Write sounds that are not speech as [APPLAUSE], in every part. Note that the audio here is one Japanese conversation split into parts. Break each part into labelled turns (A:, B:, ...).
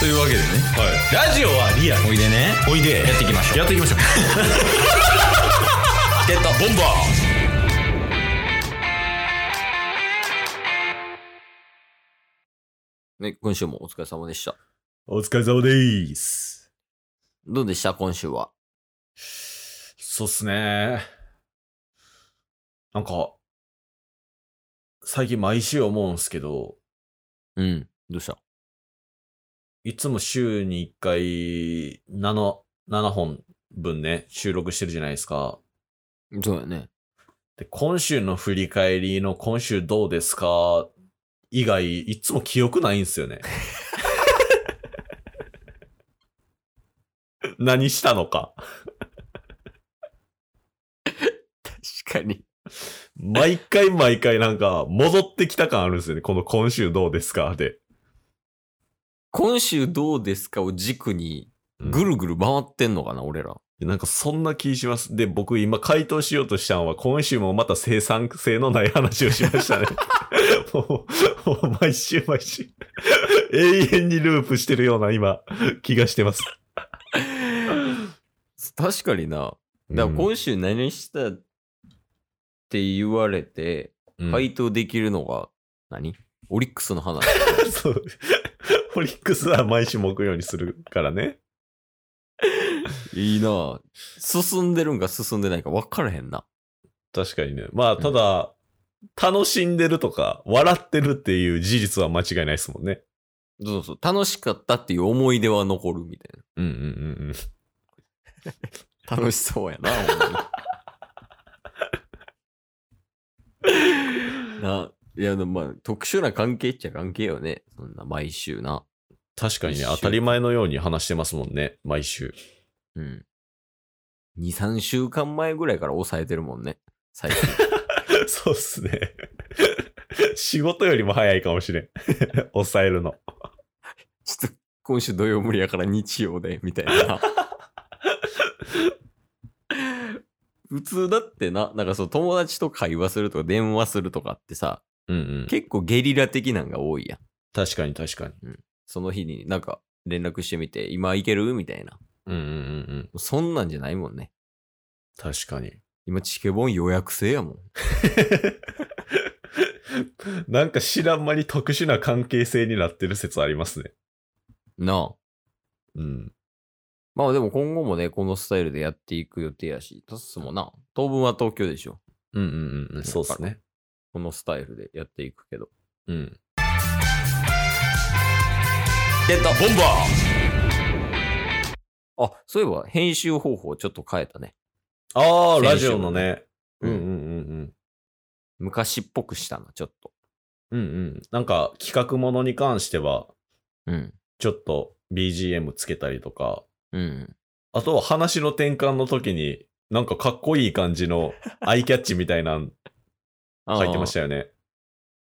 A: というわけでね
B: はい。ラジオはリアル。
A: おいでね
B: おいで。
A: やっていきましょう
B: やっていきましょう。
A: ゲットボンバーね、今週もお疲れ様でした。
B: お疲れ様でーす。
A: どうでした今週は。
B: そうっすね。なんか、最近毎週思うんすけど、
A: うん。どうした
B: いつも週に1回、7、7本分ね、収録してるじゃないですか。
A: そうだね。
B: で、今週の振り返りの今週どうですか以外、いつも記憶ないんす
A: [LAUGHS]
B: よね。何したのか。
A: 確かに。
B: 毎回毎回なんか、戻ってきた感あるんですよね。この今週どうですかで。
A: 今週どうですかを軸に、ぐ
B: グル
A: るぐる回ってんのかな、俺ら。
B: なんかそんな気します。で、僕今回答しようとしたのは、今週もまた生産性のない話をしま [LAUGHS] したね。もう、もう毎週毎週、永遠にループしてるような今、気がしてます。
A: 確かにな。だから今週何したって言われて、
B: うん
A: 回答できるのが何、オリックスの話。
B: そう。オリックスは毎週木曜にするからね。
A: [LAUGHS] いいな進んでるんか進んでないか分からへんな。
B: 確かにね。まあ、ただ、楽しんでるとか、笑ってるっていう事実は間違いないですもんね。
A: そうそう。楽しかったっていう思い出は残るみたい
B: うんうんうんうん。
A: な。楽しそうやな、ほんまにないや、でもまあ、特殊な関係っちゃ関係よね。そんな、毎週な。
B: 確かにね
A: 一、週
B: 当たり前のように話してますもんね、毎週。
A: うん。2、3週間前ぐらいから抑えてるもんね。最近。
B: [LAUGHS]
A: [LAUGHS]
B: そうっすね。 [LAUGHS] 仕事よりも早いかもしれん。 [LAUGHS] 抑えるの。
A: ちょっと、今週土曜無理やから日曜で、みたいな。普通だってな、なんかそう、友達と会話するとか、電話するとかってさ、
B: うんうん。
A: 結構ゲリラ的なんが多いやん。
B: 確かに確かに。
A: その日になんか連絡してみて、今行けるみたいな。
B: うんうんうんうん。
A: そんなんじゃないもんね。
B: 確かに。
A: 今、チケボン予約制やもん。
B: [LAUGHS] なんか知らん間に特殊な関係性になってる説ありますね。
A: なあ。
B: うん。
A: まあでも今後もね、このスタイルでやっていく予定やし、タスもな、当分は東京でしょ。
B: うんうんうん。そうっすね。
A: このスタイルでやっていくけど。
B: うん。
A: ゲットボンバーあ、そういえば編集方法ちょっと変えたね。
B: あ
A: 選
B: あ、
A: 手
B: ラジオのね。
A: う
B: うんんうんうん
A: 昔っぽくしたな、ちょっと。
B: うん。うんうん。なんか企画ものに関しては、
A: うん。
B: ちょっと BGM つけたりとか、
A: うん。。
B: あとは話の転換の時に、なんかかっこいい感じのアイキャッチみたいなの入ってましたたよね。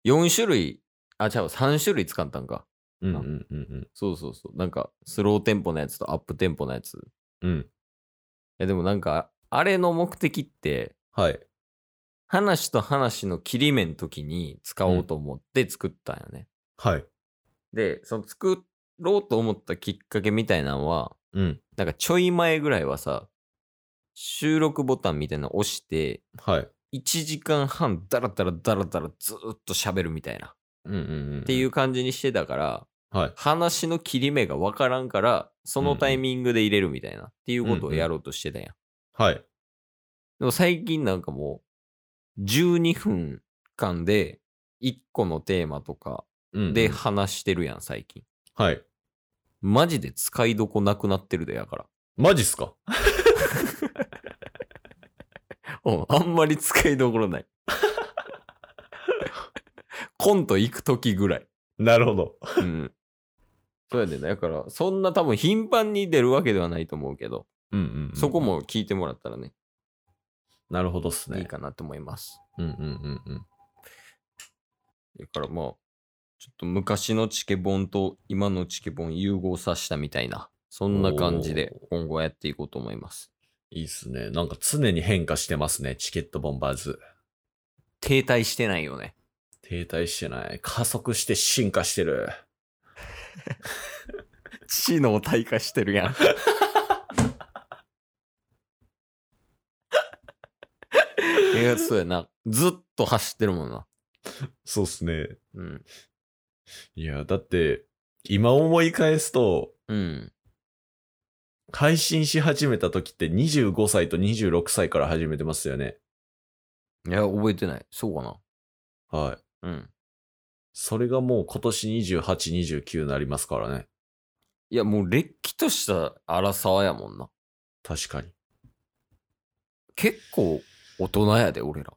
A: 4種類、あ、違う、3種類使ったんか。
B: うんうんうん
A: そうそうそう。なんか、スローテンポのやつとアップテンポのやつ。い
B: うん。うん。
A: や、でもなんか、あれの目的って、
B: はい。
A: 話と話の切り目の時に使おうと思って作ったんよね。
B: はい。
A: で、その作ろうと思ったきっかけみたいなのは、
B: うん。
A: なんかちょい前ぐらいはさ、収録ボタンみたいなの押して、
B: はい。
A: 1時間半ダラダラダラダラずーっと喋るみたいな、
B: うんうんうん。
A: っていう。感じにしてたから、
B: はい。
A: 話の切り目がわからんから、そのタイミングで入れるみたいな、っていうことをやろうとしてたやん。
B: はい。
A: でも最近なんかもう、12分間で1個のテーマとか
B: うんうん
A: で、話してるやん、最近。
B: はい。
A: マジで使いどこなくなってるでやから。
B: マジっすか
A: うん、あんまり使いどころない。コント行く時ぐらい。
B: なるほど。
A: うん。そうやで、だから、そんな多分頻繁に出るわけではないと思うけど、
B: うんうん、
A: そこ。も聞いてもらったらね、
B: なるほどっすね。
A: いいかなと思います。
B: うんうんうんうん。
A: だからまあ、ちょっと昔のチケボンと今のチケボン融合させたみたいな、そんな感じで今後はやっていこうと思います。
B: いいっすね。なんか常に変化してますね。チケットボンバーズ。
A: 停滞してないよね。
B: 停滞してない。加速して進化してる。
A: 知能退化してる [LAUGHS] やん。いや、そうやな。ずっと走ってるもんな。
B: そうっすね。
A: うん。
B: いや、だって、今思い返すと、
A: うん。
B: 配信し始めた時って25歳と26歳から始めてますよね。
A: いや、覚えてない。そうかな。
B: はい。
A: うん。
B: それがもう今年28、29になりますからね。
A: いや、もう、れっきとした荒沢やもんな。
B: 確かに。
A: 結構、大人やで、俺ら。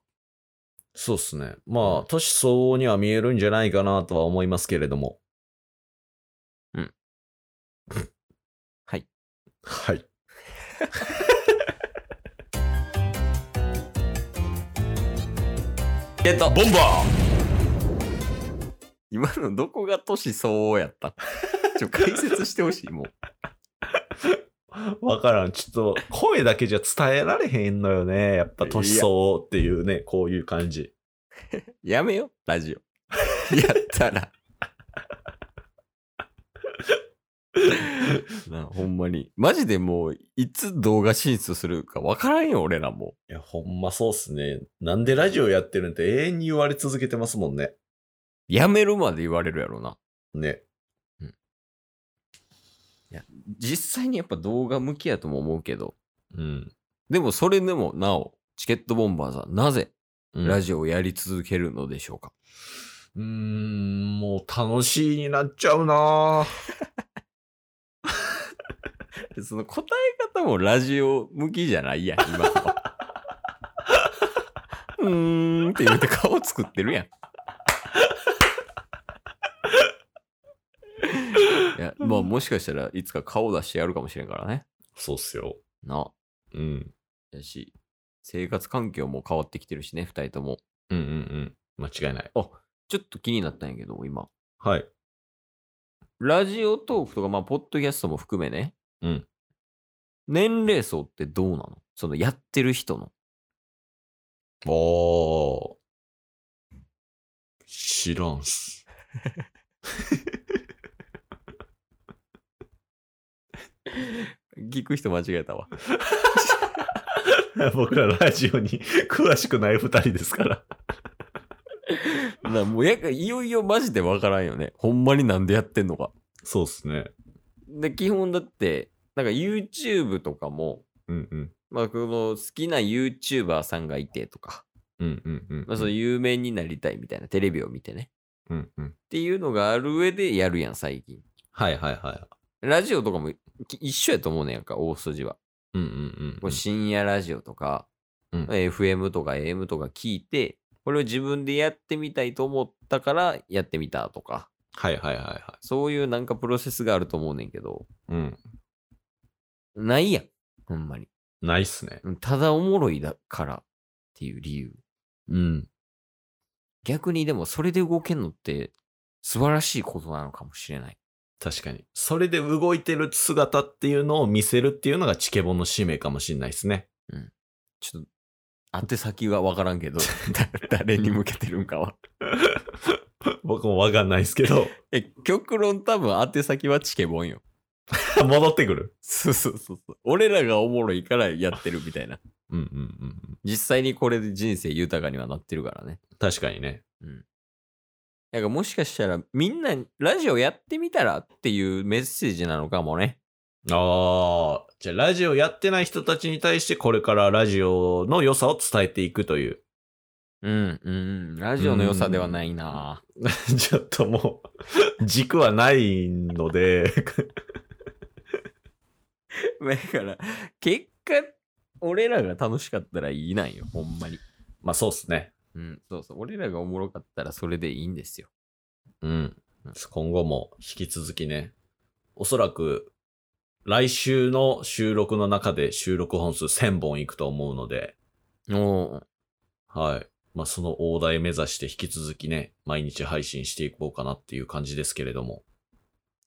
B: そうっすね。まあ、年相応には見えるんじゃないかなとは思いますけれども。
A: うん。はい。
B: はい。
A: えっと、
B: ボンバ
A: 今のどこが年相応や [LAUGHS] ったんちょ、解説してほしい、もう。
B: ーわからん。ちょっと、声だけじゃ伝えられへんのよね。やっぱ年相応っていうね、こういう感じ。
A: やめよ、ラジ [LAUGHS] オ。やったら。なほんまに。マジでもう、いつ動画進出するかわからんよ、俺らも。
B: いや、ほんまそうっすね。なんでラジオやってるんって永遠に言われ続けてますもんね。
A: やめるまで言われるやろな。
B: ね。
A: 実際にやっぱ動画向きやとも思うけど。
B: うん。
A: でもそれでもなお、チケットボンバーさん、なぜラ
B: ジ
A: ジオをやり続けるのでしょうか。
B: うーん、もう楽しいになっちゃうなぁ
A: でその答え方もラジオ向きじゃないやん、今の。 [LAUGHS] うーんって言うて顔作って [LAUGHS] るやん。いや、まあもしかしたらいつか顔出してやるかもしれんからね。
B: そうっすよ。
A: な。
B: うん。
A: やし、生活環境も変わってきてるしね、二人とも。
B: うんうんうん。間違いない。
A: ちょっと気になったんやけど、今。
B: はい。
A: ラジオトークとか、まあ、ポッドキャストも含めね。
B: うん。
A: 年齢層ってどうなのそのやってる人の。
B: おー。知らんっす。
A: 聞く人間違えたわ。
B: [LAUGHS] 僕らラジオに [LAUGHS] 詳しくない二人ですから。
A: なもうやいよいよマジで分からんよね。ほんまになんでやってんのか。
B: そうっすね。
A: で、基本だって、なんか YouTube とかも、
B: うんうん。
A: まあ、この好きな YouTuber さんがいてとか、
B: うんうんうん。
A: まあ、そう有名になりたいみたいなテレビを見てね。
B: うんうん。
A: っていうのがある上でやるやん、最近。
B: はいはいはい。
A: ラジオとかもき一緒やと思うねんやんか、大筋は。
B: うんうん
A: こう深夜ラジオとか、
B: うん
A: FM とか AM とか聞いて、これを自分でやってみたいと思ったからやってみたとか、
B: はいはいはいは
A: そういうなんかプロセスがあると思うねんけど、
B: い。うん。
A: ないやん。ほんまに。
B: ないっすね。
A: ただおもろいだからっていう理由。
B: うん。
A: 逆にでもそれで動けんのって素晴らしいことなのかもしれない。
B: 確かに。それで動いてる姿っていうのを見せるっていうのがチケボンの使命かもしれないですね。 [LAUGHS]
A: ちょっと、宛先はわからん [LAUGHS] けど、だ誰に向けてるんかは。
B: 僕もわかんないですけど、
A: [LAUGHS]
B: [LAUGHS]
A: え、極論多分宛先はチケボンよ。
B: 戻ってくる。
A: そうそうそうそう。俺らがおもろいからやってるみたいな。
B: うんうんうんうん。
A: [LAUGHS] 実際にこれで人生豊かにはなってるからね。
B: 確かにね。
A: なんかもしかしたらみんなラジオやってみたらっていうメッセージなのかもね。
B: ああ、じゃあラジオやってない人たちに対してこれからラジオの良さを伝えていくという。 [LAUGHS]
A: うん、うん、ラジオの良さではないな
B: ちょっともう、軸はないので、 [LAUGHS]
A: [LAUGHS] だから、結果、俺らが楽しかったらいいなんよ、ほんまに。
B: まあそうっすね。
A: うん、そうそう。俺らがおもろかったらそれでいいんですよ。
B: うん。今後も引き続きね、おそらく来週の収録の中で収録本数1000本いくと思うので、
A: お
B: はい。まあその大台目指して引き続きね、毎日配信していこうかなっていう感じですけれども。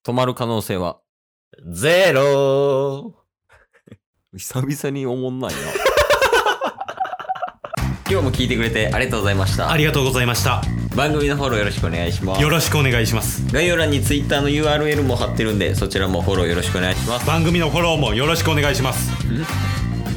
A: 止まる可能性は
B: ゼロー
A: 久々におもんないな。 [LAUGHS] 今日も聞いてくれてありがとうございました
C: ありがとうございました
A: 番組のフォローよろしくお願いします
C: よろしくお願いします
A: 概要欄に Twitter の URL も貼ってるんでそちらもフォローよろしくお願いします
C: 番組のフォローもよろしくお願いします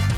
C: す